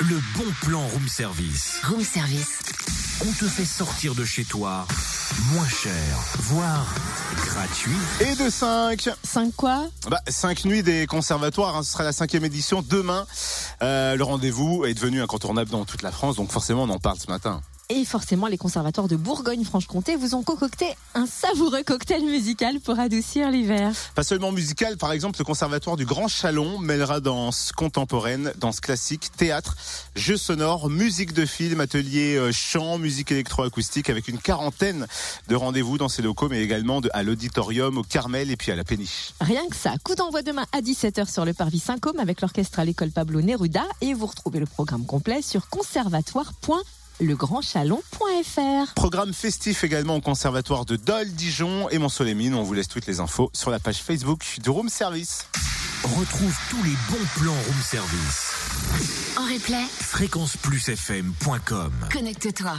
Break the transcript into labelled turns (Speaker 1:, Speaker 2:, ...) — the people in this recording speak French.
Speaker 1: Le bon plan room service.
Speaker 2: Room service.
Speaker 1: On te fait sortir de chez toi moins cher, voire gratuit.
Speaker 3: Et de 5
Speaker 4: 5 quoi
Speaker 3: bah, 5 nuits des conservatoires, hein, ce sera la cinquième édition demain. Euh, le rendez-vous est devenu incontournable dans toute la France, donc forcément on en parle ce matin.
Speaker 4: Et forcément, les conservatoires de Bourgogne-Franche-Comté vous ont concocté un savoureux cocktail musical pour adoucir l'hiver.
Speaker 3: Pas seulement musical, par exemple, le conservatoire du Grand Chalon mêlera danse contemporaine, danse classique, théâtre, jeux sonores, musique de film, atelier euh, chant, musique électroacoustique avec une quarantaine de rendez-vous dans ces locaux, mais également de- à l'auditorium, au Carmel et puis à la Péniche.
Speaker 4: Rien que ça. Coup d'envoi demain à 17h sur le Parvis Saint-Côme avec l'orchestre à l'école Pablo Neruda et vous retrouvez le programme complet sur conservatoire.legrandchalon.fr.
Speaker 3: Programme festif également au conservatoire de Dole, Dijon et Montsolémine. On vous laisse toutes les infos sur la page Facebook de Room Service.
Speaker 1: Retrouve tous les bons plans room service.
Speaker 2: En replay,
Speaker 1: fréquenceplusfm.com
Speaker 2: connecte-toi.